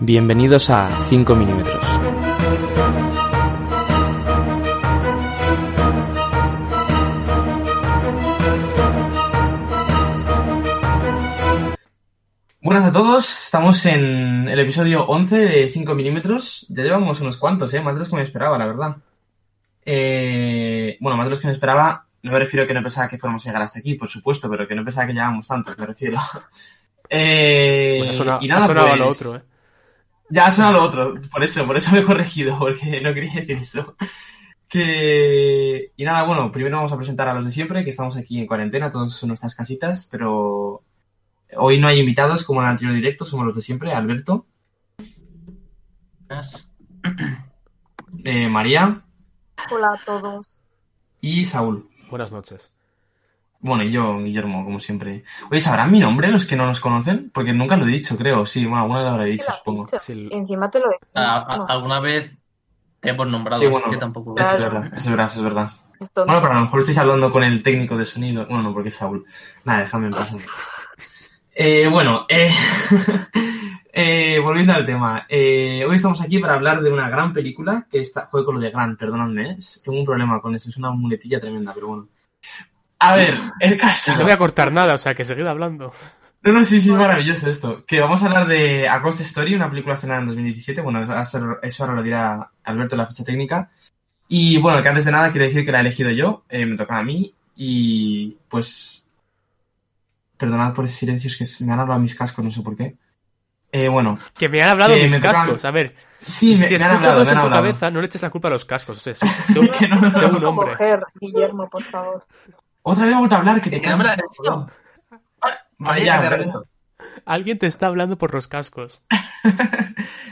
Bienvenidos a 5 milímetros. Buenas a todos, estamos en el episodio 11 de 5 milímetros. Ya llevamos unos cuantos, ¿eh? más de los que me esperaba, la verdad. Eh, bueno, más de los que me esperaba, no me refiero a que no pensaba que fuéramos a llegar hasta aquí, por supuesto, pero que no pensaba que llegábamos tanto, me refiero. Eh, pues, Bueno, ha sonado- ha sonado a lo otro, ¿eh? Ya ha sonado lo otro, por eso, por eso me he corregido, porque no quería decir eso. Que... Y nada, bueno, primero vamos a presentar a los de siempre, que estamos aquí en cuarentena, todos en nuestras casitas, pero hoy no hay invitados como en el anterior directo, somos los de siempre, Alberto, eh, María Hola a todos. y Saúl. Buenas noches. Bueno, y yo, Guillermo, como siempre. Oye, ¿sabrán mi nombre los que no nos conocen? Porque nunca lo he dicho, creo. Sí, bueno, alguna vez lo habré dicho, supongo. Ah, Si Y el- Encima te lo decimos. A- a- Ah, No, Ah, ¿Alguna vez te hemos nombrado? Sí, así bueno, que tampoco. Es Claro. verdad, es verdad, es verdad. es tonto. Bueno, pero a lo mejor estáis hablando con el técnico de sonido. Bueno, no, porque es Saúl. Nada, déjame en paz. Eh, bueno, eh, eh, volviendo al tema. Eh, hoy estamos aquí para hablar de una gran película que está, juego con lo de gran, perdonadme. eh, Tengo un problema con eso, es una muletilla tremenda, pero bueno. A ver, el caso. No voy a cortar nada, o sea, que seguid hablando. No, no, sí, sí, es maravilloso esto. Que vamos a hablar de A Ghost Story, una película estrenada en 2017. Bueno, eso eso ahora lo dirá Alberto en la fecha técnica. Y bueno, que antes de nada quiero decir que la he elegido yo, eh, me tocaba a mí. Y pues. Perdonad por ese silencio, es que se me han hablado mis cascos, no sé por qué. Eh, bueno, Que me han hablado Que mis me tocan- cascos. A ver, sí, me, si me han escuchas hablado, voz me han en tu hablado. cabeza, no le eches la culpa a los cascos. O sea, sé, sé un, Que no nos sé un Como hombre. mujer, Guillermo, por favor. Otra vez he vuelto a hablar, que te Que no me la- perdón. Vale, Ya, ya, pero- pero- Alguien te está hablando por los cascos.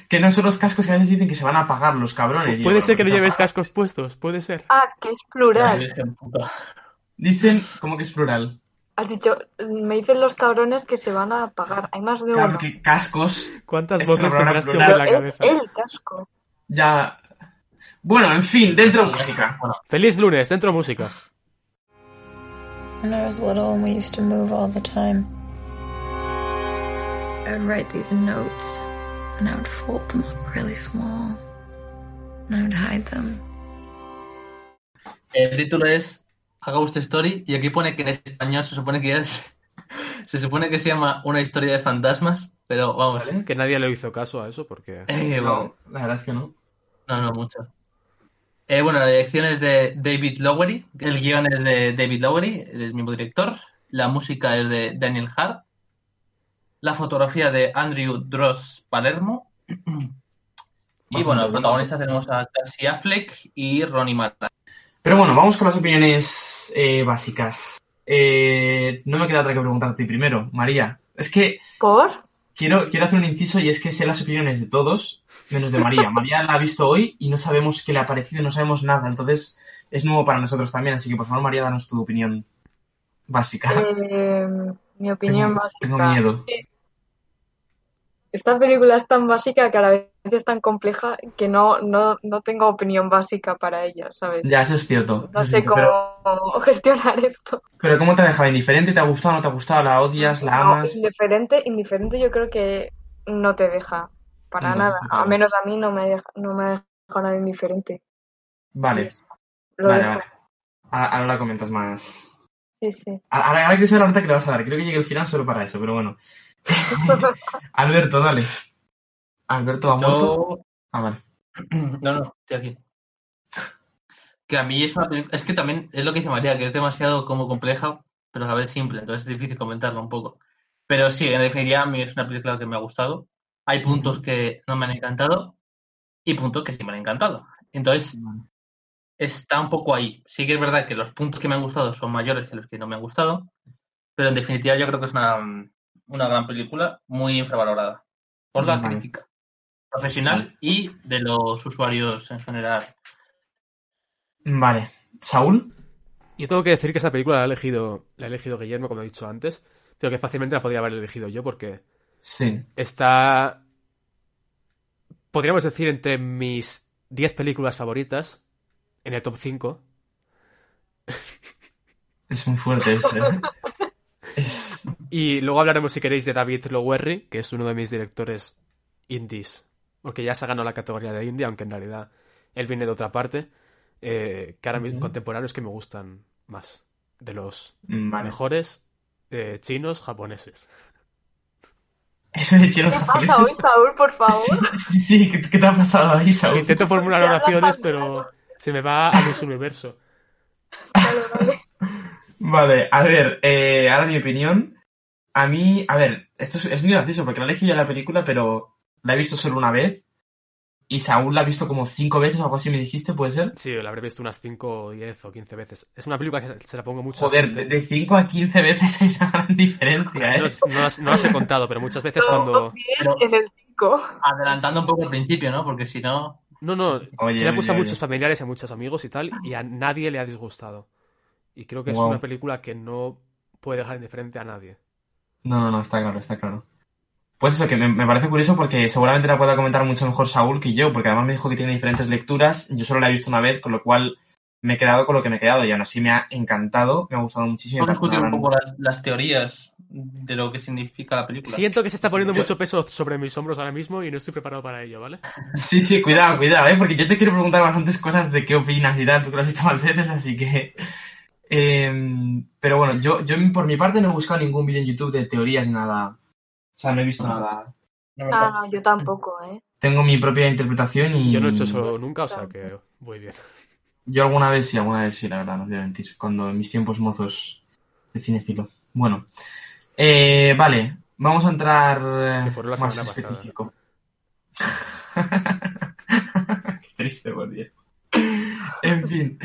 Que no son los cascos que a veces dicen que se van a apagar los cabrones. Y yo, Puede bueno, ser que no pues, lleves cascos puestos, puede ser. Ah, que es plural. Virgen puta. Dicen, como que es plural. Has dicho, me dicen los cabrones que se van a apagar. Hay más de Claro, uno. porque cascos ¿Cuántas Esto voces no habrá tendrás tú en plural. Pero la es cabeza? el casco. Ya. Bueno, en fin, dentro música. Feliz lunes, dentro música. When I was little and we used to move all the time, I would write these notes and I would fold them up really small and I would hide them. El título es A Ghost Story y aquí pone que en español se supone que es. Se supone que se llama Una historia de fantasmas, pero vamos. ¿Vale? Que nadie le hizo caso a eso porque... eh, vamos, No, la verdad es que no. No, no, mucho. Eh, bueno, la dirección es de David Lowery, el guión es de David Lowery, el mismo director. La música es de Daniel Hart. La fotografía de Andrew Dross Palermo. Y Bastante bueno, bueno. los protagonistas tenemos a Cassie Affleck y Ronnie Mara. Pero bueno, vamos con las opiniones eh, básicas. Eh, no me queda otra que preguntarte primero, María. Es que ¿Por? quiero, quiero hacer un inciso y es que sé las opiniones de todos, menos de María. María la ha visto hoy y no sabemos qué le ha parecido, no sabemos nada. Entonces es nuevo para nosotros también. Así que por favor, María, danos tu opinión básica. Eh, mi opinión Tengo- básica. tengo miedo. Esta película es tan básica que a la vez es tan compleja que no, no, no tengo opinión básica para ella, ¿sabes? Ya, eso es cierto. eso no es sé cierto, cómo Pero, gestionar esto. pero ¿cómo te ha dejado indiferente? ¿Te ha gustado? ¿No te ha gustado? ¿La odias? ¿La No, amas? indiferente, indiferente yo creo que no te deja para No, nada. claro. A menos a mí no me, deja- no me ha dejado nada indiferente. Vale. Lo vale, dejo. vale. Ahora, ahora la comentas más. Sí, sí. Ahora, ahora ahora quiero saber la nota que le vas a dar. Creo que llegue el final solo para eso, pero bueno. Alberto, dale. Alberto ha muerto. Yo- Ah, vale. No, no, estoy aquí. Que a mí es una película. Es que también es lo que dice María, que es demasiado como compleja, pero a la vez simple, entonces es difícil comentarlo un poco. Pero sí, en definitiva, a mí es una película que me ha gustado. Hay puntos que no me han encantado y puntos que sí me han encantado. Entonces, está un poco ahí. Sí que es verdad que los puntos que me han gustado son mayores que los que no me han gustado, pero en definitiva, yo creo que es una, una gran película muy infravalorada por la Vale. crítica. profesional y de los usuarios en general. Vale. ¿Saúl? Yo tengo que decir que esta película la ha elegido, la ha elegido Guillermo, como he dicho antes, pero que fácilmente la podría haber elegido yo porque Sí. está... Podríamos decir entre mis 10 películas favoritas, en el top 5. Es muy fuerte eso, ¿eh? Es- Y luego hablaremos, si queréis, de David Lowery, que es uno de mis directores indies. Porque ya se ha ganado la categoría de indie, aunque en realidad él viene de otra parte. eh, que ahora mis Ujú. contemporáneos que me gustan más. De los Vale. mejores eh, chinos japoneses. Eso de chinos ¿Qué pasa hoy, japoneses. Saúl, por favor? Sí, sí, ¿qué, qué te ha pasado ahí, Saúl? Intento formular Ya la oraciones, familia, pero se me va a su universo. Vale, vale. Vale, a ver, eh, ahora mi opinión. A mí, a ver, esto es, es muy gracioso porque la elegí yo la película, pero la he visto solo una vez. Y Saúl la ha visto como cinco veces o algo así, me dijiste, ¿puede ser? Sí, la habré visto unas 5, 10 o 15 veces. Es una película que se- se la pongo mucho. Joder, de, de cinco a quince veces hay una gran diferencia, ¿eh? No, las- no las, no las he contado, pero muchas veces cuando. Bien, en el 5. Adelantando un poco al principio, ¿no? Porque si no, No, no, Oye, se la he puesto a oye, muchos oye. familiares, a muchos amigos y tal, y a nadie le ha disgustado. Y creo que es Wow. una película que no puede dejar indiferente a nadie. No, no, no, está claro, está claro. Pues eso, que me, me parece curioso porque seguramente la pueda comentar mucho mejor Saúl que yo, porque además me dijo que tiene diferentes lecturas, yo solo la he visto una vez, con lo cual me he quedado con lo que me he quedado y aún así me ha encantado, me ha gustado muchísimo. y me vamos a parece una discutir un gran- poco las, las teorías de lo que significa la película. Siento que se está poniendo Yo- mucho peso sobre mis hombros ahora mismo y no estoy preparado para ello, ¿vale? Sí, sí, cuidado, cuidado, ¿eh? porque yo te quiero preguntar bastantes cosas de qué opinas y tal, tú que lo has visto más veces, así que... Em, pero bueno, yo, yo por mi parte no he buscado ningún vídeo en YouTube de teorías ni nada. O sea, no he visto nada. No me Ah, pasa. no, yo tampoco, ¿eh? Tengo mi propia interpretación y... Yo no he hecho eso Mm. nunca, o sea que voy bien. Yo alguna vez sí, alguna vez sí, la verdad, no os voy a mentir. Cuando en mis tiempos mozos de cinefilo. Bueno, eh, vale, vamos a entrar eh, Que fueron la más semana pasada. específico. Qué triste, por Dios. En fin,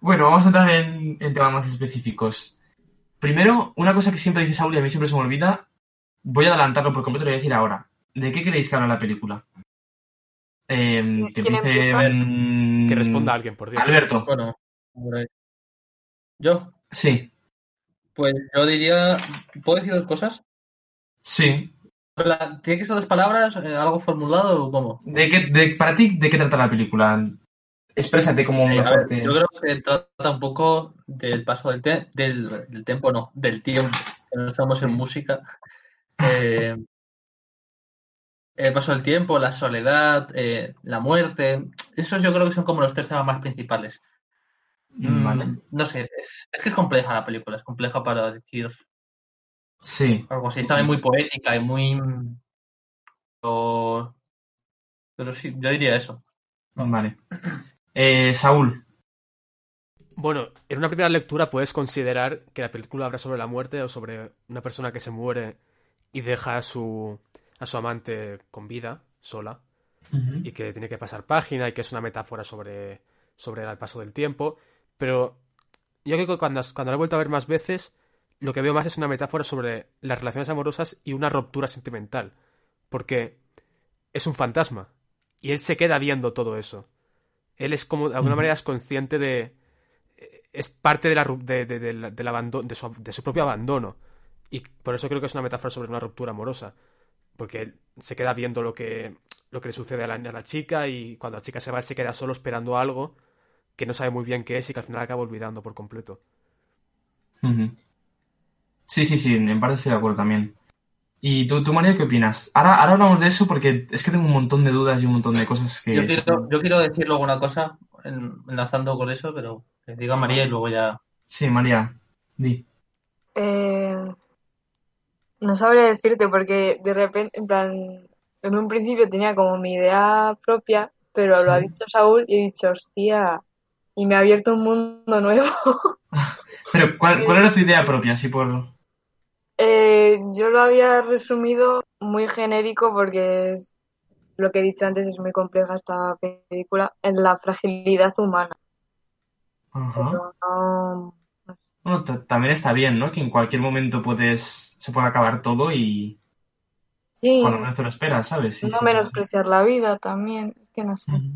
bueno, vamos a entrar en, en temas más específicos. Primero, una cosa que siempre dice Saúl y a mí siempre se me olvida, voy a adelantarlo por completo y lo voy a decir ahora. ¿De qué queréis que hable la película? Em, que ¿Quién empieza? mm, Que responda alguien, por Dios. Alberto. Bueno, por ahí. yo, Sí, pues yo diría, ¿puedo decir dos cosas? sí. Hola, ¿Tiene que ser dos palabras, eh, algo formulado o cómo? ¿De qué, de, para ti, ¿de qué trata la película? Exprésate como Eh, a mejor ver, te... yo creo que trata un poco del paso del, te- del, del tiempo, no, del tiempo, que no estamos en música. Eh, el paso del tiempo, la soledad, eh, la muerte, esos yo creo que son como los tres temas más principales. Mm, Vale. No sé, es, es que es compleja la película, es compleja para decir Sí, algo así, es también muy poética y muy... mm, o- pero sí, yo diría eso. vale. Eh, Saúl, Bueno, en una primera lectura puedes considerar que la película habla sobre la muerte o sobre una persona que se muere y deja a su, a su amante con vida, sola, y que tiene que pasar página y que es una metáfora sobre, sobre el paso del tiempo. Pero yo creo que cuando, cuando la he vuelto a ver más veces, lo que veo más es una metáfora sobre las relaciones amorosas y una ruptura sentimental. Porque es un fantasma. Y él se queda viendo todo eso. Él es como, de alguna Ujú. manera, es consciente de. Es parte de la, ru- de, de- de la- del abando- de su, de su propio abandono. Y por eso creo que es una metáfora sobre una ruptura amorosa. Porque él se queda viendo lo que, lo que le sucede a la, a la chica y cuando la chica se va, él se queda solo esperando algo que no sabe muy bien qué es y que al final acaba olvidando por completo. Ujú. Sí, sí, sí, en parte estoy de acuerdo también. ¿Y tú, tú María, qué opinas? Ahora, ahora hablamos de eso porque es que tengo un montón de dudas y un montón de cosas que... Yo quiero, yo quiero decir luego una cosa, en- enlazando con eso, pero que diga Ah, María y luego ya. Sí, María, di. Eh, no sabría decirte porque de repente, en plan, en un principio tenía como mi idea propia, pero lo ha Sí. dicho Saúl y he dicho, hostia, y me ha abierto un mundo nuevo. Pero, ¿cuál, cuál era tu idea propia? Así por... Eh, yo lo había resumido muy genérico porque es lo que he dicho antes, es muy compleja esta película, en la fragilidad humana. Ajá. Pero no- Bueno, ta- también está bien, ¿no? Que en cualquier momento puedes... se puede acabar todo y... sí, Sí, Cuando menos te lo esperas, ¿sabes? Sí, no sí. menospreciar la vida también. Es que no sé. Ujú.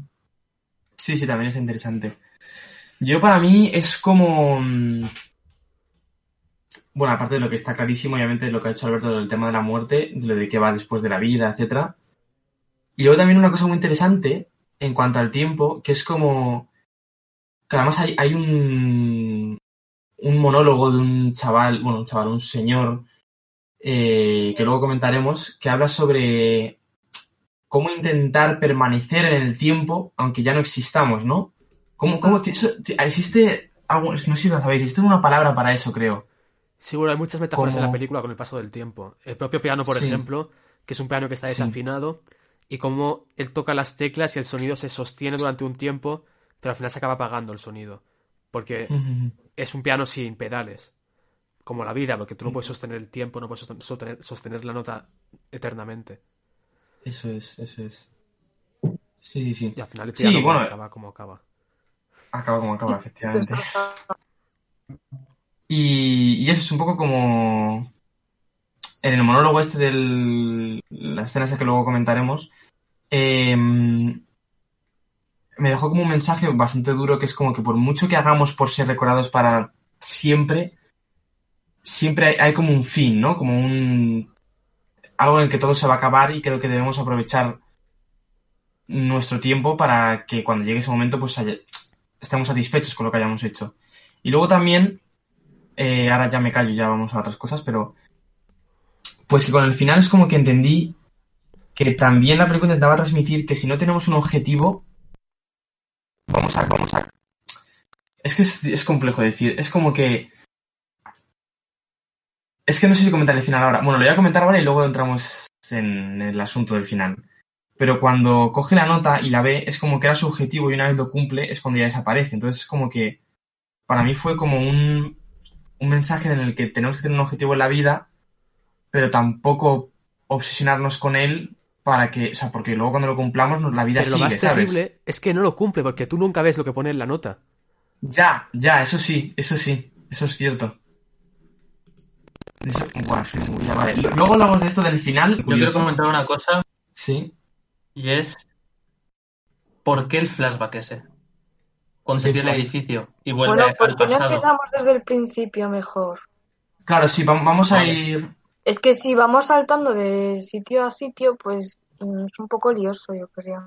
Sí, sí, también es interesante. Yo para mí es como... mm, Bueno, aparte de lo que está clarísimo, obviamente, lo que ha hecho Alberto del tema de la muerte, de lo de qué va después de la vida, etcétera. Y luego también una cosa muy interesante en cuanto al tiempo, que es como... Que además hay, hay un... Un monólogo de un chaval, bueno, un chaval, un señor, eh, que luego comentaremos, que habla sobre cómo intentar permanecer en el tiempo aunque ya no existamos, ¿no? ¿Cómo, cómo ti- eso- ti- existe algo, no sé si lo sabéis, existe una palabra para eso, creo. Sí, bueno, hay muchas metáforas en la Como- película con el paso del tiempo. El propio piano, por Sí. ejemplo, que es un piano que está Sí. desafinado, y cómo él toca las teclas y el sonido se sostiene durante un tiempo, pero al final se acaba apagando el sonido. Porque Ujú. es un piano sin pedales. Como la vida, porque tú no puedes sostener el tiempo, no puedes sosten- sostener, sostener la nota eternamente. Eso es, eso es. Sí, sí, sí. Y al final el Sí, piano bueno. acaba como acaba. Acaba como acaba, efectivamente. Destrozado. Y, y eso es un poco como. En el monólogo este de la escena esa que luego comentaremos, eh, me dejó como un mensaje bastante duro que es como que por mucho que hagamos por ser recordados para siempre, siempre hay, hay como un fin, ¿no? Como un. algo en el que todo se va a acabar y creo que debemos aprovechar nuestro tiempo para que cuando llegue ese momento, pues haya- estemos satisfechos con lo que hayamos hecho. Y luego también eh, ahora ya me callo, ya vamos a otras cosas, pero pues que con el final es como que entendí que también la película intentaba transmitir que si no tenemos un objetivo, vamos a, vamos a. Es que es, es complejo decir, es como que. Es que no sé si comentar el final ahora. Bueno, lo voy a comentar ahora y luego entramos en el asunto del final. Pero cuando coge la nota y la ve, es como que era su objetivo y una vez lo cumple, es cuando ya desaparece. Entonces es como que. Para mí fue como un un mensaje en el que tenemos que tener un objetivo en la vida, pero tampoco obsesionarnos con él para que, o sea, porque luego cuando lo cumplamos nos- la vida Pero lo sigue, más ¿sabes? terrible es que no lo cumple, porque tú nunca ves lo que pone en la nota. Ya, ya, eso sí, eso sí, eso es cierto. Eso- buah, es que se me olvida, vale. Lo- Luego hablamos de esto del final. Yo quiero curioso. comentar una cosa Sí, y es ¿por qué el flashback ese? Cuando se ¿Qué tira el pasa? edificio y vuelve Bueno, al ¿por qué no pasado. empezamos desde el principio mejor? claro, sí, vam- vamos a Vale. ir. Es que si vamos saltando de sitio a sitio, pues mm, es un poco lioso, yo creo.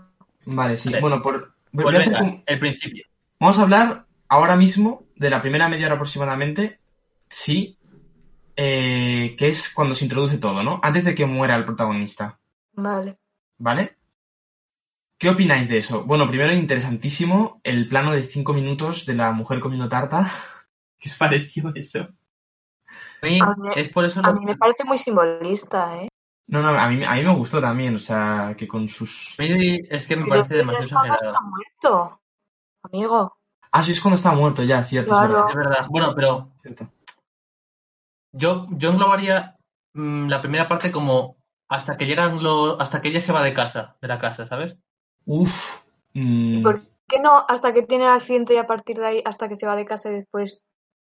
Vale, sí, Vale. Pues bueno, por. voy a Vuelve hacer al- como- el principio. Vamos a hablar ahora mismo de la primera media hora aproximadamente, sí, eh, que es cuando se introduce todo, ¿no? Antes de que muera el protagonista, Vale. ¿vale? ¿Qué opináis de eso? Bueno, primero interesantísimo el plano de cinco minutos de la mujer comiendo tarta. ¿Qué os pareció eso? A mí, A mí- es por eso A lo- mí me parece muy simbolista, ¿eh? No, no, a mí, a mí me gustó también, o sea, que con sus... a mí es que me Pero parece si ya demasiado está exagerado. está muerto, amigo. Ah, sí, es cuando está muerto ya, cierto, es Claro. verdad. Es verdad. Bueno, pero cierto. Yo, yo englobaría mm, la primera parte como hasta que llegan los, hasta que ella se va de casa, de la casa, ¿sabes? Uf. mm, por- Que no, hasta que tiene el accidente y a partir de ahí, hasta que se va de casa y después.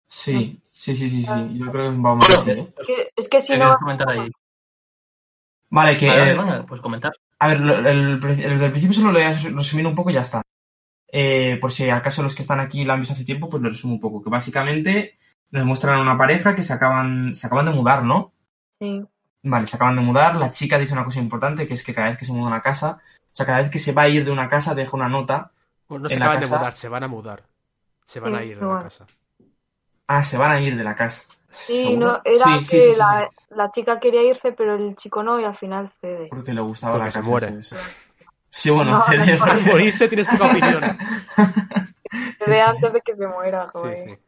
sí, sí, sí, sí, sí, yo creo que vamos a decir, ¿eh? Es que, es que si pues, ¿Qué no. quieres vas- comentar ahí? Vale, que... Vale, vale, eh, venga, pues comentar. A ver, lo- el, el del principio solo lo voy a resumir un poco y ya está. Eh, por si acaso los que están aquí lo han visto hace tiempo, pues lo resumo un poco. Que básicamente nos muestran a una pareja que se acaban, se acaban de mudar, ¿no? Sí. Vale, se acaban de mudar. La chica dice una cosa importante, que es que cada vez que se muda una casa, o sea, cada vez que se va a ir de una casa, deja una nota. Bueno, no se En la acaban de casa- mudar, se van a mudar. Se van Sí, a ir de se la van. casa. Ah, se van a ir de la casa. Sí, ¿Seguro? no, era Sí, sí, que sí, sí, la, sí, la chica quería irse, pero el chico no, y al final cede. Porque le gustaba Porque la se casa. muere. eso es. Sí, bueno, No, se no, deja- no, no. Por irse tienes poca opinión. Cede Sí. antes de que se muera, Sí, joder. sí.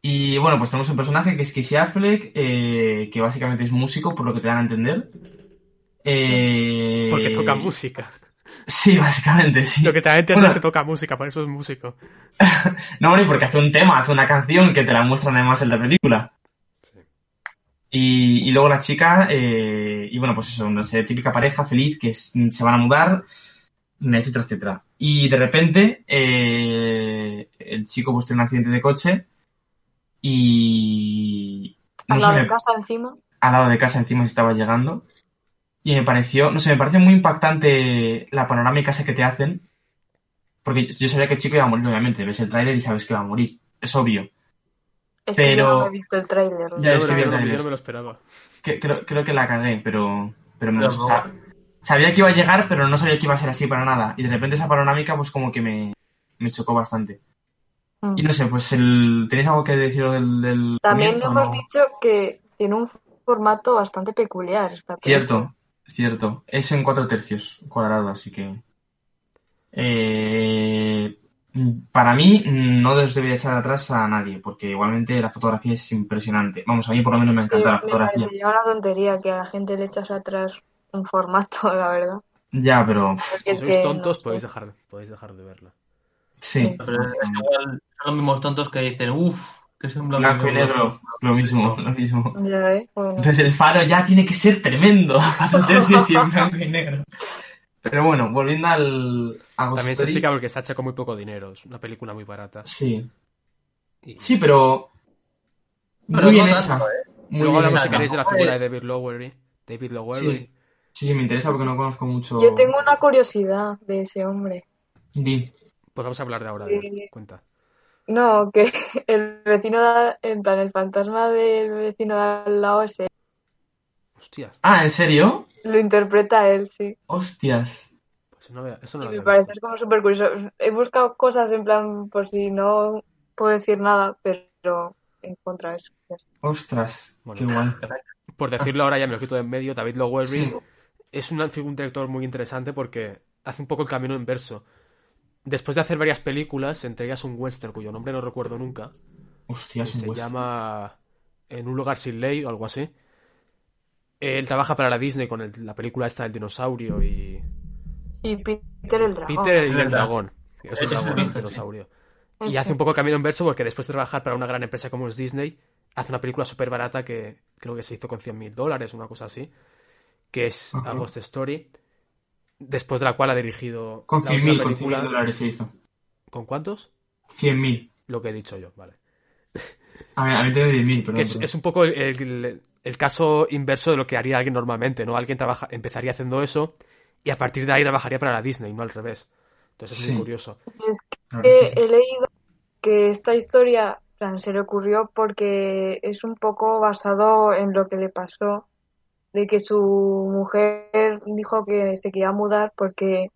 Y bueno, pues tenemos un personaje que es Casey Affleck, eh, que básicamente es músico, por lo que te dan a entender. Eh, Porque toca música. Sí, básicamente, sí. Lo que te da a entender Bueno. es que toca música, por eso es músico. No, hombre, porque hace un tema, hace una canción que te la muestran además en la película. Sí. Y, y luego la chica, eh, y bueno, pues eso, no sé, típica pareja feliz que s- se van a mudar, etcétera, etcétera. Y de repente, eh, el chico pues tiene un accidente de coche y... Al No lado sabe de casa encima. al lado de casa encima se estaba llegando. Y me pareció, no sé, me parece muy impactante la panorámica esa que te hacen. Porque yo sabía que el chico iba a morir, obviamente. Ves el tráiler y sabes que va a morir. Es obvio. Es que Pero- yo no he visto el tráiler. Ya, Yo es que creo vi el no- yo tráiler. no me lo esperaba. Que- creo, creo que la cagué, pero, pero me Pero gustó. no. Sa- Sabía que iba a llegar, pero no sabía que iba a ser así para nada. Y de repente esa panorámica, pues como que me, me chocó bastante. Mm. Y no sé, pues el, ¿tenéis algo que decir del, del También comienzo o hemos no? dicho que tiene un formato bastante peculiar esta película. Cierto, cierto. Es en cuatro tercios cuadrado, así que. Eh, para mí, no os debería echar atrás a nadie, porque igualmente la fotografía es impresionante. Vamos, a mí por lo menos me encanta la Sí, me fotografía. parecería una tontería que a la gente le echas atrás un formato, la verdad. Ya, pero. pff, Porque Si es sois que, tontos, no sé. podéis dejar, podéis dejar de verla. Sí. Pero es igual, son los mismos tontos que dicen, uff, que es un blanco, Blanco y negro, lo mismo, lo mismo. Ya, ¿eh? Bueno. Entonces el faro ya tiene que ser tremendo, cuatro tercios y en blanco y negro. Pero bueno, volviendo al. a Ghost También se Story, explica porque está hecha con muy poco dinero. Es una película muy barata. Sí, Y- sí, pero. Pero muy no bien tanto, hecha. Muy ¿eh? Luego bien hablamos, hecha. si queréis, de la Oye. figura de David Lowery. David Lowery. Sí. Sí, sí, me interesa porque no conozco mucho. Yo tengo una curiosidad de ese hombre. Di. Pues vamos a hablar de ahora. de él. Sí. Cuenta. No, que el vecino, de- en plan, el fantasma del vecino de al lado ese, Hostia, Ah, ¿en serio? lo interpreta él, sí. Hostias. pues no había- eso no Y lo me había parece visto. como súper curioso. He buscado cosas en plan, por si no puedo decir nada, pero en contra de eso. ya está. Ostras, Bueno. qué guay. Por decirlo ahora, ya me lo quito de en medio. David Lowery Sí. es una figu- un director muy interesante porque hace un poco el camino inverso. Después de hacer varias películas, entre ellas un western cuyo nombre no recuerdo nunca, que Hostias, un se hueso. llama En un lugar sin ley o algo así. Él trabaja para la Disney con el- la película esta del dinosaurio y Y Peter el dragón. Peter y el verdad. dragón. Es un Eso dragón, he un visto, sí. dinosaurio. Y Ese. hace un poco camino inverso porque después de trabajar para una gran empresa como es Disney, hace una película súper barata que creo que se hizo con 100 mil dólares, una cosa así, que es Ajá. A Ghost Story, después de la cual ha dirigido Con la 100.000, última con 100.000 película... dólares se hizo. ¿Con cuántos? 100.000. Lo que he dicho yo, vale. A ver, a mí tengo 10.000, perdón. Que es, perdón. es un poco el, el- el caso inverso de lo que haría alguien normalmente, ¿no? Alguien trabaja, empezaría haciendo eso y a partir de ahí trabajaría para la Disney, no al revés. Entonces es muy Sí. curioso. Es Claro, que sí. Eh, he leído que esta historia en plan, se le ocurrió porque es un poco basado en lo que le pasó, de que su mujer dijo que se quería mudar porque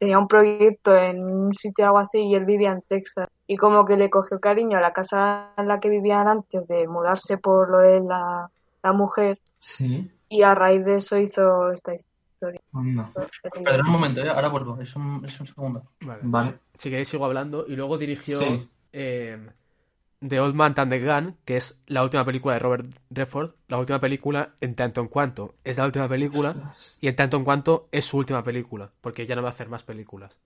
tenía un proyecto en un sitio o algo así y él vivía en Texas. Y como que le cogió cariño a la casa en la que vivían antes de mudarse por lo de la, la mujer Sí. y a raíz de eso hizo esta Onda. historia. Perdón un momento, ¿eh? ahora vuelvo, es un, es un segundo. Vale. Vale. Si queréis sigo hablando. Y luego dirigió Sí. eh, The Old Man and the Gun, que es la última película de Robert Redford. La última película en tanto en cuanto es la última película Ostras. y en tanto en cuanto es su última película, porque ya no va a hacer más películas.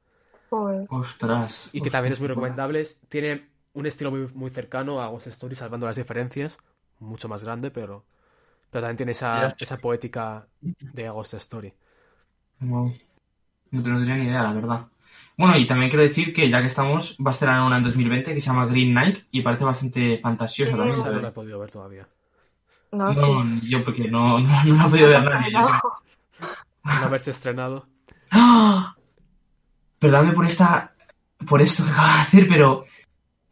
Joder. Ostras. Y que también es muy Ostras, recomendable. es- Tiene un estilo muy, muy cercano a Ghost Story, salvando las diferencias. Mucho más grande, pero, pero también tiene esa, Ya. esa poética de Ghost Story. Wow. No, te- no tenía ni idea, la verdad. Bueno, y también quiero decir que ya que estamos, va a estrenar una en 2020 que se llama Green Knight y parece bastante fantasiosa Sí, también, no, Esa no la he ¿sabes? podido ver todavía. No, sí. No, yo porque no, no, no la he podido ver nadie. yo- No haberse estrenado. ¡Ah! Perdóname por esta. por esto que acabo de hacer, pero.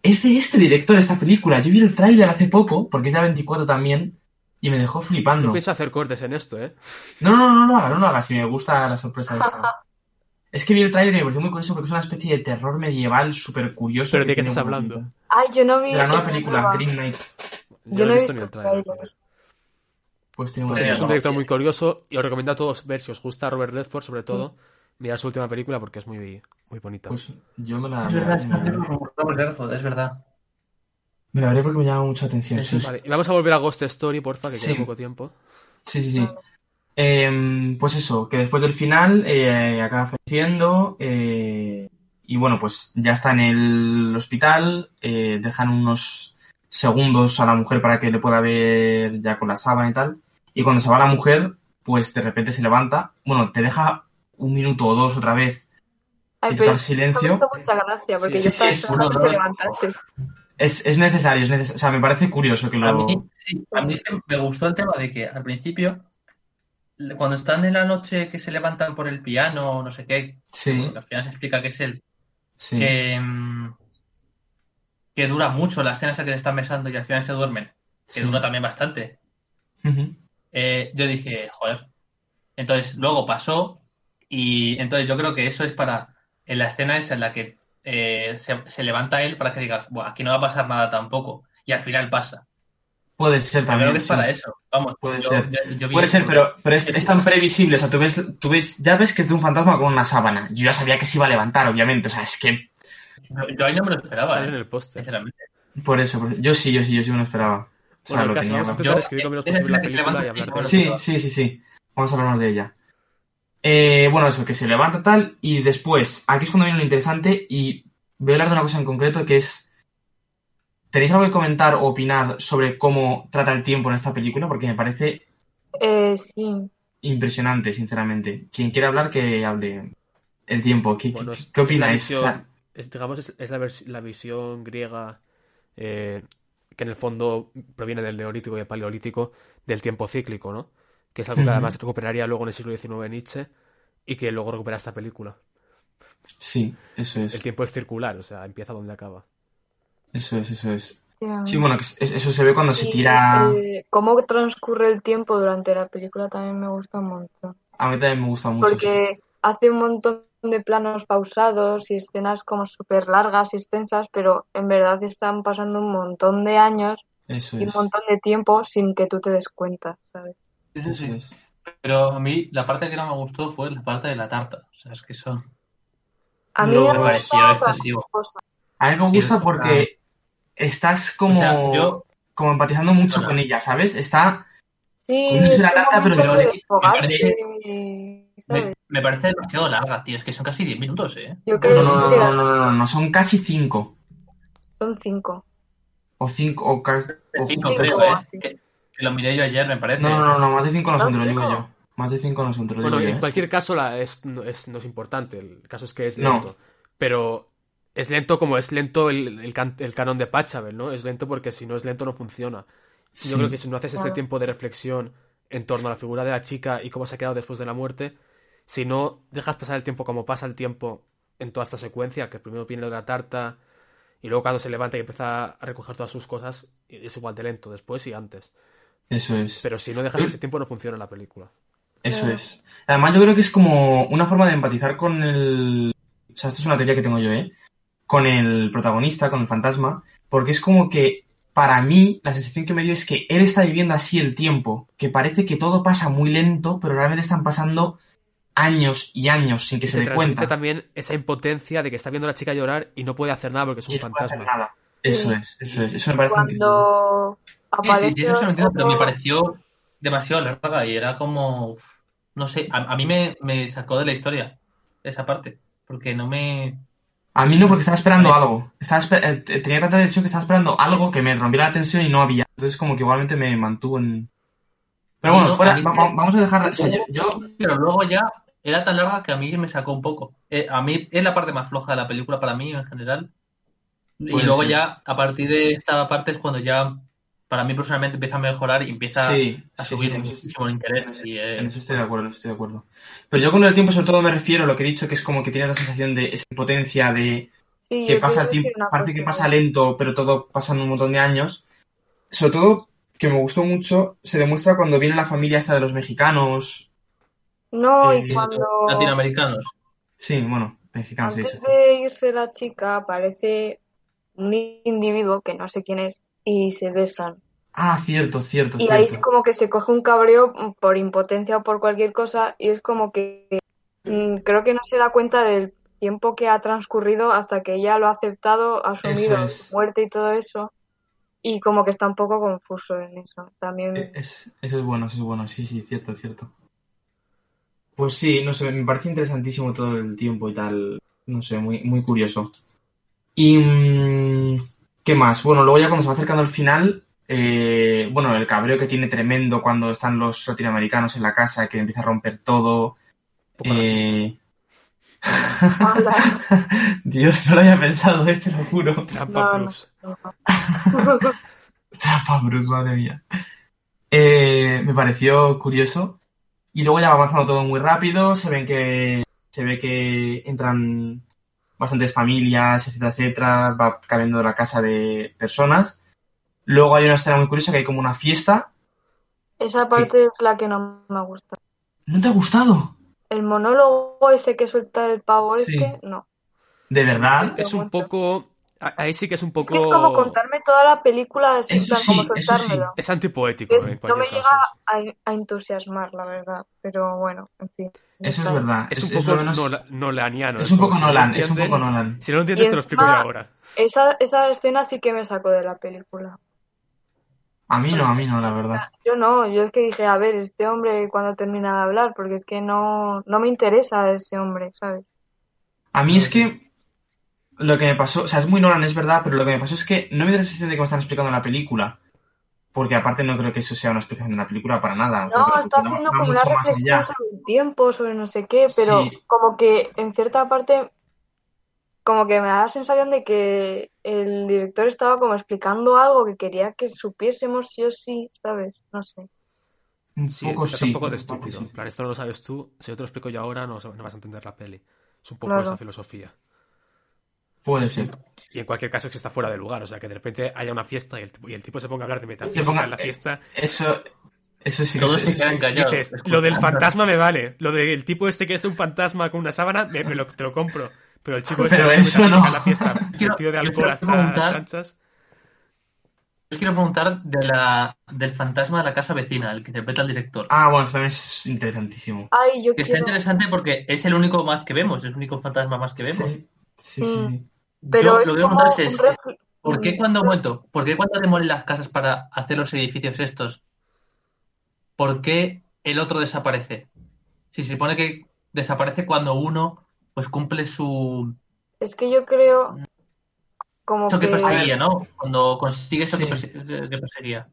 Es de este director esta película. Yo vi el tráiler hace poco, porque es de 24 también, y me dejó No flipando. pienso hacer cortes en esto, ¿eh? No, no, no, no, no, no lo hagas, si me gusta la sorpresa esta. Es que vi el tráiler y me pareció muy curioso porque es una especie de terror medieval súper curioso. Pero ¿de qué tiene estás buena hablando? pinta. Ay, yo no vi De la nueva el- película, Green Knight. no Yo no he he visto ni visto el tráiler. tráiler. Pues tiene Pues buena eso, es un pinta. director muy curioso y os recomiendo a todos ver si os gusta Robert Redford, sobre todo, mirar su última película porque es muy, muy bonita. Pues yo me la, Es me la- verdad, me la veré. es verdad. Me la veré porque me llama mucha atención. Eso Sí, Vale, y vamos a volver a Ghost Story, porfa, que Sí. queda poco tiempo. Sí, sí, sí. Em, pues eso, que después del final eh, acaba falleciendo eh, y bueno, pues ya está en el hospital, eh, dejan unos segundos a la mujer para que le pueda ver ya con la sábana y tal. Y cuando se va la mujer, pues de repente se levanta, bueno, te deja un minuto o dos otra vez. Ay, Y pero total eso me silencio. hizo mucha gracia, porque Sí, yo sí, estaba sí, es esperando que un se horror. levantase. Es, es necesario, es necesario, o sea, me parece curioso que A lo... mí, sí, a mí es que me gustó el tema de que al principio cuando están en la noche que se levantan por el piano o no sé qué, Sí, al final se explica que es él, sí. que, mm, que dura mucho la escena esa que le están besando y al final se duermen, que sí. dura también bastante. Ujú. Eh, yo dije, joder. Entonces, luego pasó y entonces yo creo que eso es para, en la escena esa en la que eh, se, se levanta él para que digas, "Buah, aquí no va a pasar nada tampoco. Y al final pasa. Puede ser Creo también. que es sí. para eso. Vamos, Puede yo- ser. yo- yo vi Puede eso. ser, pero, pero es, es tan previsible. O sea, tú ves, tú ves, ya ves que es de un fantasma con una sábana. Yo ya sabía que se iba a levantar, obviamente. O sea, es que Yo, yo ahí no me lo esperaba, Sale eh, en el póster. sinceramente. por eso, por- yo sí, yo sí, yo sí me lo esperaba. O sea, Bueno, lo el caso, tenía vamos claro. a intentar Yo- escribir lo menos es la posible la que se película y levanta y hablar no de se- Sí, sí, sí, sí. Vamos a hablar más de ella. Eh, bueno, eso, que se levanta tal. Y después, aquí es cuando viene lo interesante. Y voy a hablar de una cosa en concreto que es. ¿Tenéis algo que comentar o opinar sobre cómo trata el tiempo en esta película? Porque me parece Eh, sí. impresionante, sinceramente. Quien quiera hablar, que hable el tiempo. ¿Qué, qué- Bueno, qué, es- qué es la opináis? visión- O sea, es, digamos, es, es la, vers- la visión griega eh, que en el fondo proviene del neolítico y el paleolítico del tiempo cíclico, ¿no? Que es algo que Ujú. además recuperaría luego en el siglo XIX Nietzsche y que luego recupera esta película. sí, eso El es. tiempo es circular, o sea, empieza donde acaba. Eso es, eso es. ya. Sí, bueno, que es- eso se ve cuando se Y, tira. Ah. eh, cómo transcurre el tiempo durante la película también me gusta un montón. A mí también me gusta mucho. porque hace un montón de planos pausados y escenas como súper largas y extensas, pero en verdad están pasando un montón de años Eso y un es. montón de tiempo sin que tú te des cuenta, ¿sabes? Eso Eso sí. es. Pero a mí la parte que no me gustó fue la parte de la tarta. O sea, es que eso A mí No, me me Oh. pareció gusta excesivo. A mí me gusta porque ah. estás como, O sea, yo- como empatizando mucho Hola. con ella, ¿sabes? Está. Sí, Comerse es la un tarta, pero momento no, de es que me parece- desfogarse, Me, ¿sabes? me parece demasiado larga, tío. Es que son casi 10 minutos, ¿eh? Yo No, no, creo no, que no, no, no, no, no, son casi cinco. son cinco. O cinco, o casi. O Cinco, justo creo, eso. creo, ¿eh? así. Que, que lo miré yo ayer, me parece. No, no, no, no, más de cinco no son, te No, lo digo cinco. yo. Más de cinco no son, te lo digo Bueno, yo, en ¿eh? cualquier caso la, es, no, es, no es importante. El caso es que es No. lento. Pero es lento como es lento el, el, can- el canon de Pachelbel, ¿no? Es lento porque si no es lento no funciona. Sí. Yo creo que si no haces este Claro. tiempo de reflexión en torno a la figura de la chica y cómo se ha quedado después de la muerte, si no dejas pasar el tiempo como pasa el tiempo en toda esta secuencia, que primero viene lo de la tarta y luego cuando se levanta y empieza a recoger todas sus cosas, es igual de lento después y antes. Eso es. Pero si no dejas ese tiempo no funciona la película. Eso Claro. es. Además, yo creo que es como una forma de empatizar con el. O sea, esto es una teoría que tengo yo, ¿eh? Con el protagonista, con el fantasma. Porque es como que, para mí, la sensación que me dio es que él está viviendo así el tiempo. Que parece que todo pasa muy lento, pero realmente están pasando años y años sin que Y se te dé transmite cuenta. también esa impotencia de que está viendo a la chica llorar y no puede hacer nada porque es un Y no puede hacer fantasma. nada. Eso Sí. es, eso es. Eso me parece increíble. Cuando Sí, sí, aparece sí, eso se me entiende, pero me otro- pareció demasiado larga y era como. No sé, a, a mí me, me sacó de la historia esa parte. Porque no me. A mí no, porque estaba esperando algo. Estaba esper- eh, t- tenía tanta tensión que estaba esperando algo que me rompiera la tensión y no había. Entonces, como que igualmente me mantuvo en. Pero bueno, No, fuera, a mí va- sí. va- vamos a dejar. o sea, yo, yo- Pero luego ya era tan larga que a mí me sacó un poco. Eh, a mí es la parte más floja de la película para mí en general. Y Puede luego ser. ya, a partir de esta parte es cuando ya, para mí personalmente, empieza a mejorar y empieza sí, a sí, subir sí, en eso, muchísimo el en interés. eso- Y, eh, en eso estoy de acuerdo, en eso estoy de acuerdo. Pero yo con el tiempo, sobre todo, me refiero a lo que he dicho, que es como que tienes la sensación de esa impotencia, de Sí, que yo pasa el quiero decir tiempo, una parece que cosa. pasa lento, pero todo pasan un montón de años. Sobre todo, que me gustó mucho, se demuestra cuando viene la familia esta de los mexicanos. No, Eh, y cuando... latinoamericanos. Sí, bueno, mexicanos, sí, sí, Antes sí. de irse la chica aparece un individuo que no sé quién es y se besan. Ah, cierto, cierto, Y ahí cierto. es como que se coge un cabreo por impotencia o por cualquier cosa y es como que mm, creo que no se da cuenta del tiempo que ha transcurrido hasta que ella lo ha aceptado, ha Eso asumido es. su muerte y todo eso. Y como que está un poco confuso en eso. E- También es- eso es bueno, eso es bueno. Sí, sí, cierto, cierto. Pues sí, no sé, me parece interesantísimo todo el tiempo y tal. No sé, muy, muy curioso. Y... mm, ¿Qué más? Bueno, luego ya cuando se va acercando al final, eh, bueno, el cabreo que tiene tremendo cuando están los latinoamericanos en la casa, que empieza a romper todo. Un poco racista. eh, Hola. Dios, no lo había pensado, eh, te lo juro. Trampa No, no. Plus. Trampa Bruce, madre mía. Eh, me pareció curioso. Y luego ya va avanzando todo muy rápido, se ven que se ve que entran bastantes familias, etcétera, etcétera, va cayendo la casa de personas. Luego hay una escena muy curiosa que hay como una fiesta. Esa parte es la que no me gusta. ¿No te ha gustado? El monólogo ese que suelta el pavo Sí. este, no. De verdad. Es un mucho. poco. a- Ahí sí que es un Es poco. que es como contarme toda la película sin Eso tan como sí, eso sí. soltármelo. Es antipoético, Es- en no me cualquier llega caso. a, a entusiasmar, la verdad. Pero bueno, en fin. Eso es Está- verdad. Es un es poco lo menos- nola- nolaniano. es un como poco si no lo Nolan, es un entiendes- poco Nolan. Si no lo entiendes, te lo explico yo encima- ahora. Esa, esa escena sí que me sacó de la película. A mí no, a mí no, la verdad. Yo no, yo es que dije, a ver, este hombre cuando termina de hablar, porque es que no, no me interesa ese hombre, ¿sabes? A mí es que lo que me pasó, o sea, es muy Nolan, es verdad, pero lo que me pasó es que no me dio la sensación de que me están explicando la película. Porque aparte no creo que eso sea una explicación de la película para nada. Creo que No, la está película haciendo va como una mucho más allá. reflexión sobre el tiempo, sobre no sé qué, pero Sí. como que en cierta parte, como que me da la sensación de que el director estaba como explicando algo que quería que supiésemos sí o sí, ¿sabes? No sé. Un Sí, poco es sí. un poco de un poco estúpido. sí. En plan, esto no lo sabes tú. Si yo te lo explico yo ahora, no, no vas a entender la peli. Es un poco Claro. esa filosofía. Puede ser. Y en cualquier caso es que está fuera de lugar. O sea, que de repente haya una fiesta y el, tipo- y el tipo se ponga a hablar de metafísica ponga- en la fiesta. Eso, eso sí que Todos eso- se eso- quedan callados. dices, escuchando. lo del fantasma me vale. Lo del tipo este que es un fantasma con una sábana, me, me lo, te lo compro. Pero el chico este Pero que hace eso metafísica no. en la fiesta, Quiero- vestido de yo alcohol quiero hasta las preguntar- canchas. Os quiero preguntar de la, del fantasma de la casa vecina, el que interpreta el director. Ah, bueno, eso también es interesantísimo. Ay, yo Que está quiero... interesante porque es el único más que vemos, es el único fantasma más que vemos. Sí, sí, sí, sí. Pero Yo es lo que veo como más un mm, es refle- ¿por qué un- cuando muerto? ¿Por qué cuando demolen las casas para hacer los edificios estos? ¿Por qué el otro desaparece? Si se supone que desaparece cuando uno pues cumple su Es que yo creo como eso que... Mm. que perseguía, ¿no? Cuando consigue eso que, Sí. perse- que perseguía.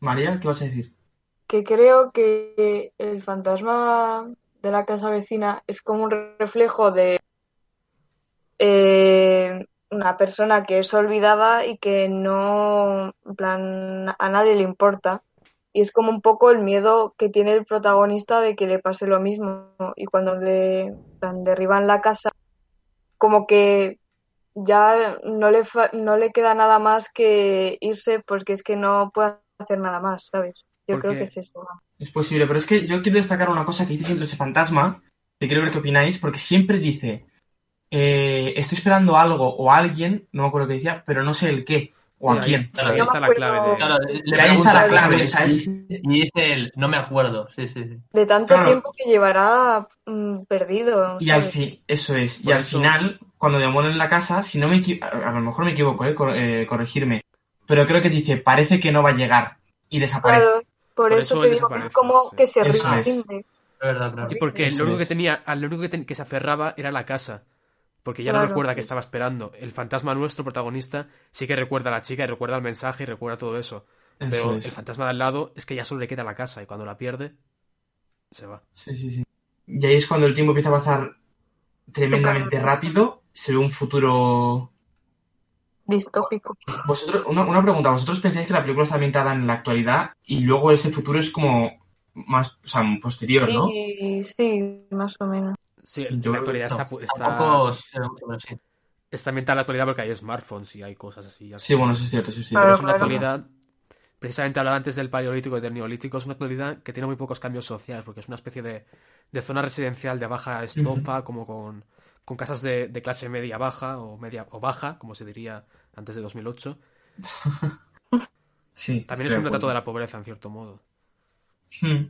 María, ¿qué vas a decir? que creo que el fantasma de la casa vecina es como un reflejo de eh, una persona que es olvidada y que no, en plan, a nadie le importa. Y es como un poco el miedo que tiene el protagonista de que le pase lo mismo. Y cuando le en plan, derriban la casa, como que ya no le, fa- no le queda nada más que irse porque es que no puede hacer nada más, ¿sabes? Yo creo Porque- que es eso. Es posible, pero es que yo quiero destacar una cosa que dice siempre ese fantasma, que quiero ver qué opináis, porque siempre dice, eh, estoy esperando algo o alguien, no me acuerdo qué decía, pero no sé el qué o Y a ahí quién. está, Sí, ahí no está me la acuerdo. clave de- Claro, le Y ahí está pregunta la al clave, hombre, ¿sabes? Y dice él, no me acuerdo. Sí, sí, sí. De tanto Claro. tiempo que llevará mm, perdido. Y al ¿sabes? fin, eso es, y Por al eso- final, cuando demolen la casa, si no me equi- a a lo mejor me equivoco, eh, cor- eh, corregirme, pero creo que dice, parece que no va a llegar, y desaparece. Claro, por, Por eso, eso te él digo que es desaparece, como sí. que se Eso es. rinde. Es verdad, claro. Y porque Eso lo único que es. tenía, al único que, ten- que se aferraba era la casa. Porque ya no Claro. recuerda que estaba esperando. El fantasma nuestro protagonista sí que recuerda a la chica y recuerda el mensaje y recuerda todo eso. Eso Pero es. el fantasma de al lado es que ya solo le queda la casa y cuando la pierde, se va. Sí, sí, sí. Y ahí es cuando el tiempo empieza a pasar tremendamente rápido, se ve un futuro Distópico. Vosotros, una, una pregunta, ¿vosotros pensáis que la película está ambientada en la actualidad y luego ese futuro es como más, o sea, posterior, ¿no? Sí, sí, más o menos. Sí, Yo en creo la actualidad No, está, pu- está, Tampoco sé mucho, pero sí. está ambientada en la actualidad porque hay smartphones y hay cosas así. ya Sí, bueno, eso es cierto, eso es cierto. Pero Claro, es una claro. actualidad, precisamente hablaba antes del paleolítico y del neolítico, es una actualidad que tiene muy pocos cambios sociales, porque es una especie de, de zona residencial de baja estofa, como con, con casas de, de clase media baja o media o baja, como se diría antes de 2008. Sí, pues, estoy También es un de retrato de acuerdo. la pobreza, en cierto modo. Hmm.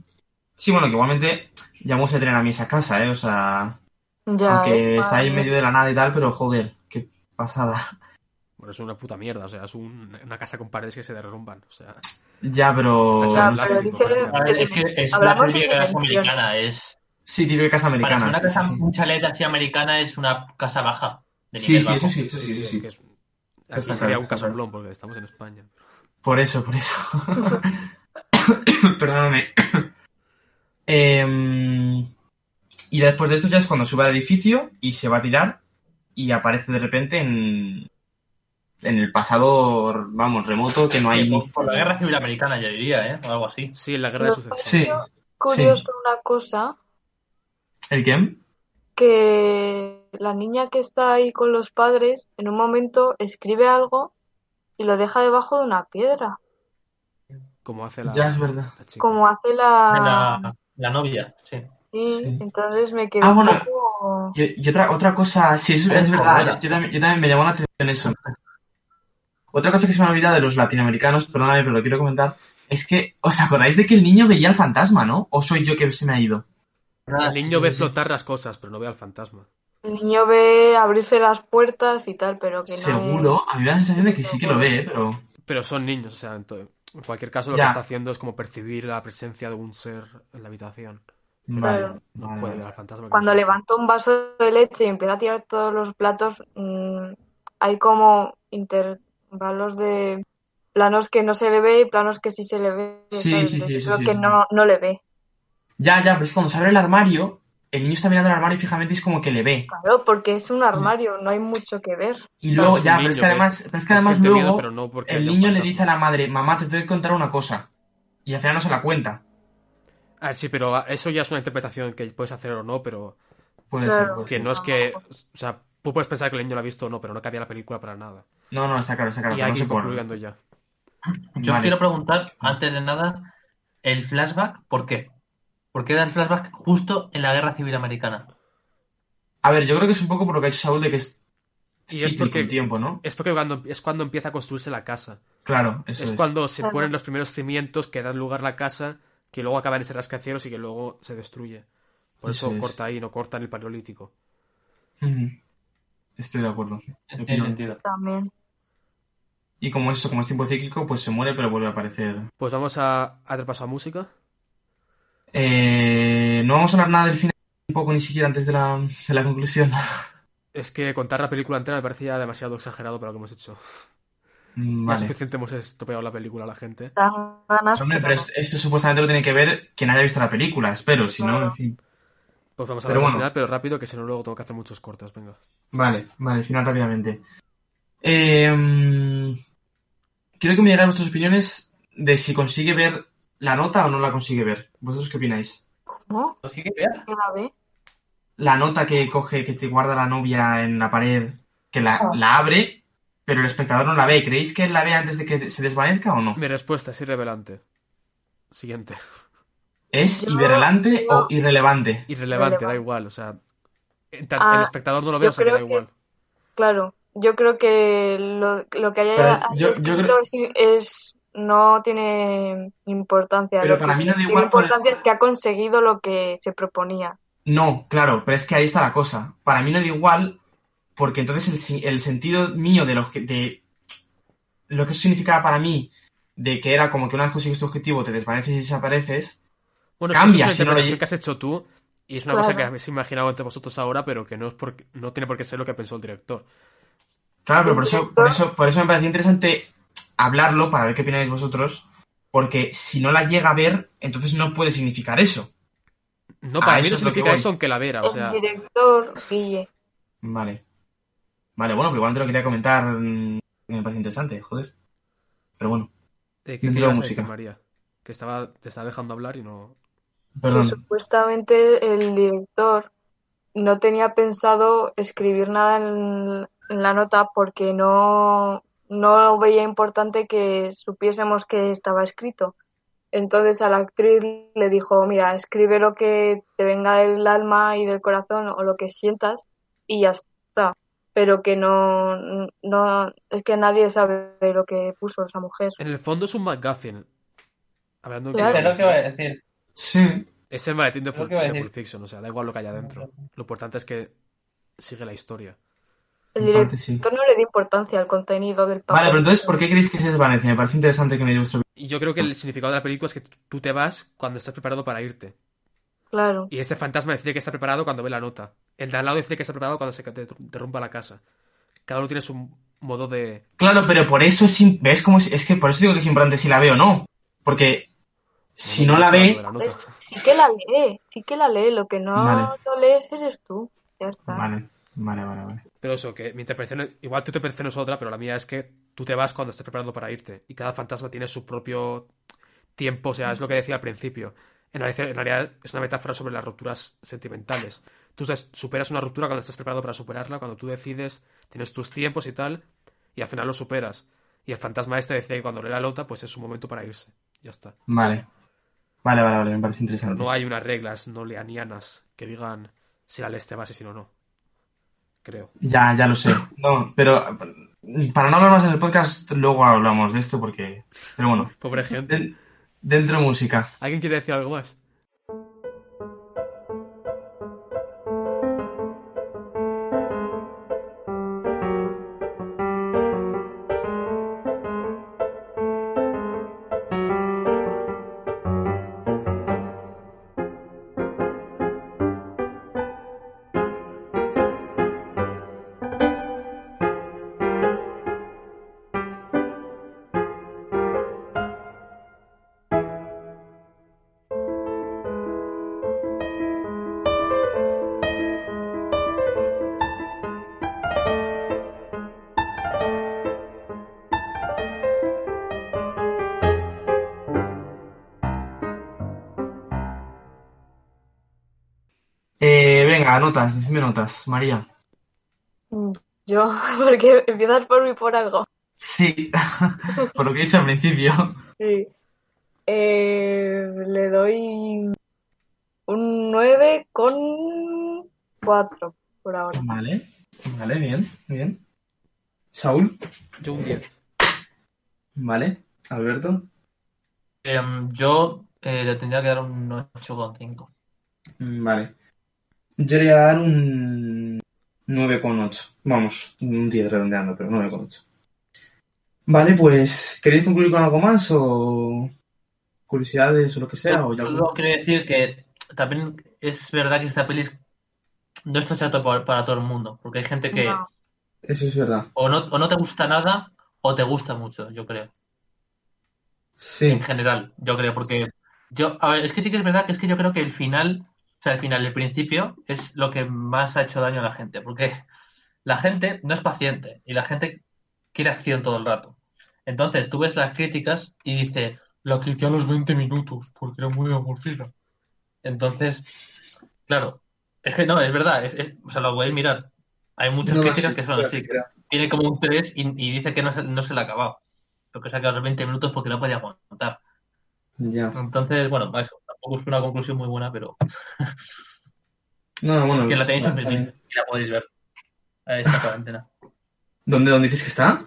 Sí, bueno, que igualmente llamamos a tener a mí esa casa, ¿eh? O sea, Ya, aunque eh, está ahí en madre. medio de la nada y tal, pero joder, qué pasada. Bueno, es una puta mierda, o sea, es un- una casa con paredes que se derrumban, o sea, Ya, pero... Está Ya, hecha de plástico, pero dice prácticamente. A ver, es que es una Hablamos de peli que es dimensiones. americana, es... Sí, típico de casa Para ser americana. una sí, casa, sí, sí. un chalet así americana es una casa baja, de Sí, nivel sí, bajo. eso sí, eso sí, eso es sí. que es- Está aquí claro, sería un está claro. casomblón, porque estamos en España. Por eso, por eso. Perdóname. Em, y después de esto ya es cuando sube al edificio y se va a tirar y aparece de repente en, en el pasado, vamos, remoto, que no hay... Por, por la guerra civil americana, yo diría, ¿eh? O algo así. Sí, en la guerra de Los sucesión. Sí, pasillos curioso una cosa, ¿El qué? que la niña que está ahí con los padres en un momento escribe algo y lo deja debajo de una piedra, Como hace la, Ya es verdad. la chica. como hace La, la... la novia, sí. Sí, Sí. entonces me quedé Ah, un bueno. poco... Y, y otra, otra cosa, sí, es, es verdad, yo también, yo también me llamó la atención eso. Otra cosa que se me ha olvidado de los latinoamericanos, perdóname, pero lo quiero comentar, es que, ¿os acordáis de que el niño veía al fantasma, no? ¿O soy yo que se me ha ido? El niño Sí, ve sí. flotar las cosas, pero no ve al fantasma. El niño ve abrirse las puertas y tal, pero que no... es- Seguro, a mí me da la sensación de que sí que lo ve, ¿eh? pero... Pero son niños, o sea, en, to- en cualquier caso lo Ya. que está haciendo es como percibir la presencia de un ser en la habitación. Vale, Claro. No vale, puede ver vale. al fantasma. que no Cuando es un- levanta un vaso de leche y empieza a tirar todos los platos, mm, hay como intervalos de planos que no se le ve y planos que sí se le ve. Sí, ¿sabes? sí, sí, Entonces sí, creo sí, que sí. No, no le ve. Ya, ya, ves, cuando se abre el armario, el niño está mirando el armario fijamente y es como que le ve. Claro, porque es un armario, no hay mucho que ver. Y luego, es un ya, pero es niño, que ¿ves? además, pero es que además Siente luego... miedo, pero no porque El haya un niño le fantasma. dice a la madre, mamá, te tengo que contar una cosa. Y al final no se la cuenta. Ah, sí, pero eso ya es una interpretación que puedes hacer o no, pero Puede Claro. ser, puede que ser. no es que. O sea, tú puedes pensar que el niño lo ha visto o no, pero no cambia la película para nada. No, no, está claro, está claro. y pero hay no que se ir puede. concluyendo ya. Yo os Vale. quiero preguntar, antes de nada, el flashback, ¿por qué? ¿Por qué da el flashback justo en la Guerra Civil Americana? A ver, yo creo que es un poco por lo que ha hecho Saúl de que es Y es cíclico porque- el tiempo, ¿no? Es porque cuando, es cuando empieza a construirse la casa. Claro, eso es es. cuando se Claro. ponen los primeros cimientos que dan lugar a la casa, que luego acaban en ese rascacielos y que luego se destruye. Por eso Eso es. corta ahí, no corta en el paleolítico. Ujú. Estoy de acuerdo. Tiene Opino. sentido. También. Y como eso, como es tiempo cíclico, pues se muere, pero vuelve a aparecer. Pues vamos a, a dar paso a música. Eh, no vamos a hablar nada del final, un poco ni siquiera antes de la, de la conclusión. Es que contar la película entera me parece ya demasiado exagerado para lo que hemos hecho. Mm, Ya Vale. suficiente hemos estropeado la película a la gente. Dan ganas. Hombre, pero pero esto, esto supuestamente lo tiene que ver quien haya visto la película, espero, si no, en Claro. fin. Pues vamos a Pero hablar al bueno. final, pero rápido, que si no luego tengo que hacer muchos cortes. Venga. Vale, vale, final rápidamente. Eh, quiero que me digáis vuestras opiniones de si consigue ver la nota o no la consigue ver. ¿Vosotros qué opináis? ¿Cómo? ¿Lo sigue ver? ¿Que la ve? La nota que coge, que te guarda la novia en la pared, que la, Ah. la abre, pero el espectador no la ve. ¿Creéis que él la ve antes de que se desvanezca o no? Mi respuesta es irrevelante. Siguiente. ¿Es Yo- irrelevante yo- o irrelevante? Irrelevante, Irrelevante. da igual. O sea, en tan- Ah, el espectador no lo ve, yo o sea que da creo que igual. Claro, yo creo que lo, lo que Pero haya haya yo- yo escrito creo- es, es- no tiene importancia. Pero Lo para que mí no da tiene igual por el- importancia es que ha conseguido lo que se proponía. No, claro, pero es que ahí está la cosa. Para mí no da igual, porque entonces el, si- el sentido mío de lo que, de lo que eso significaba para mí, de que era como que una vez consigues tu objetivo, te desvaneces y desapareces, Bueno, es que eso Cambia, es si una no lo interpretación lle- que has hecho tú y es una Claro. cosa que habéis imaginado entre vosotros ahora, pero que no es porque, no tiene por qué ser lo que pensó el director. claro, pero por eso, Exacto. por eso, por eso me parecía interesante hablarlo para ver qué opináis vosotros, porque si no la llega a ver, entonces no puede significar eso. No, Ah, para mí eso no es lo que significa voy. eso aunque la vera, o El sea, director, Guille, Vale. Vale, bueno, pero igual te lo quería comentar, mm, me parece interesante, joder. Pero bueno, eh, ¿qué- ¿qué dentro de la ibas a música. decir, María? Que estaba, te estaba dejando hablar y no... que perdón. supuestamente el director no tenía pensado escribir nada en, en la nota porque no, no lo veía importante que supiésemos que estaba escrito. Entonces a la actriz le dijo, mira, escribe lo que te venga del alma y del corazón o lo que sientas y ya está. Pero que no, no, es que nadie sabe lo que puso esa mujer. En el fondo es un McGuffin. Hablando Claro. Es lo que iba a decir. Sí, Es el maletín de Es lo Pulp, que iba a de decir. Pulp Fiction, o sea, da igual lo que haya dentro. Lo importante es que sigue la historia. El en parte sí. director no le dio importancia al contenido del papel. Vale, pero entonces, ¿por qué creéis que se desvanece? Me parece interesante que me digáis vuestra Y yo creo que el significado de la película es que t- tú te vas cuando estás preparado para irte. Claro. Y este fantasma decide que está preparado cuando ve la nota. El de al lado decide que está preparado cuando se te- derrumba la casa. Cada uno tiene su modo de... Claro, pero por eso es, im- ves cómo es, es que por eso digo que es importante si la ve o no, porque si no la está hablando ve, de la nota. Sí que la lee, sí que la lee, lo que no Vale. lo lees eres tú. Ya está. vale, vale, vale, vale. Pero eso, que mi interpretación, es- igual tu interpretación es otra, pero la mía es que tú te vas cuando estés preparado para irte. Y cada fantasma tiene su propio tiempo, o sea, es lo que decía al principio. En realidad, en realidad es una metáfora sobre las rupturas sentimentales. Tú des- superas una ruptura cuando estás preparado para superarla, cuando tú decides, tienes tus tiempos y tal, y al final lo superas. Y el fantasma este decía que cuando le la lota, pues es un momento para irse. Ya está. Vale. Vale, vale, vale, me parece Pero interesante. no hay unas reglas no leanianas que digan si la ley te va a asesinar o no. Creo. Ya, ya lo sé. No, pero eh, para no hablar más en el podcast, luego hablamos de esto porque... Pero bueno, Pobre gente. den- dentro música. ¿Alguien quiere decir algo más? Eh, venga, notas, decime notas, María. Yo, porque empiezas por mí por algo. Sí, por lo que he dicho al principio. Sí. Eh, le doy un 9 con 4 por ahora. Vale, vale, bien, bien. Saúl, Yo un 10. vale. Alberto, Em, yo eh, le tendría que dar un 8,5. Mm, vale. Yo le voy a dar un 9,8. Vamos, un 10 redondeando, pero 9,8. Vale, pues, ¿queréis concluir con algo más o curiosidades o lo que sea? O ya... Solo quiero decir que también es verdad que esta peli es- no está chato para, para todo el mundo, porque hay gente que No. Eso es verdad. o, no, o no te gusta nada o te gusta mucho, yo creo. Sí, En general, yo creo, porque yo, a ver, es que sí que es verdad que es que yo creo que el final, o sea, el final, el principio, es lo que más ha hecho daño a la gente, porque la gente no es paciente y la gente quiere acción todo el rato. Entonces, tú ves las críticas y dice, la quité a los 20 minutos porque era muy aburrida. Entonces, claro, es que no, es verdad, es, es- o sea, lo podéis mirar. Hay muchas No lo críticas sé, que son pero así. sí creo. Tiene como un 3 y, y dice que no se, no se le ha acabado. Lo que se ha quedado los 20 minutos porque no podía aguantar. Ya. Entonces, bueno, eso tampoco es una conclusión muy buena, pero No, bueno, pues, que la está tenéis en bien. Facebook y la podéis ver. Eh, Ahí está cuarentena. ¿Dónde, ¿Dónde dices que está?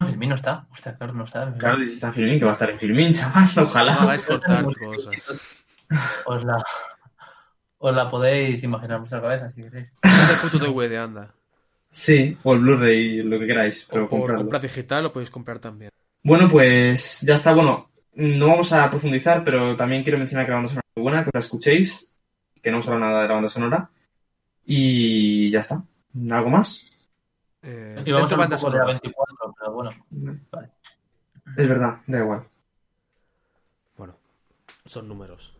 Filmin no está. Hostia, claro, no está. Claro, dices está en Filmin, que va a estar en Filmin, chaval, No Ah, ojalá. hagáis Ah, cortar cosas. Este Os la, os la podéis imaginar en vuestra cabeza si queréis. Comprad el puto DVD, anda. Sí, o el Blu-ray, lo que queráis, pero O por compradlo. compra digital lo podéis comprar también. Bueno, pues ya está. Bueno, no vamos a profundizar, pero también quiero mencionar que la banda sonora es muy buena, que la escuchéis, que no hemos hablado nada de la banda sonora. Y ya está. ¿Algo más? Eh, Y vamos dentro a hablar banda un poco sonora. de la 24, pero bueno. Vale. Es verdad, da igual. Bueno, son números.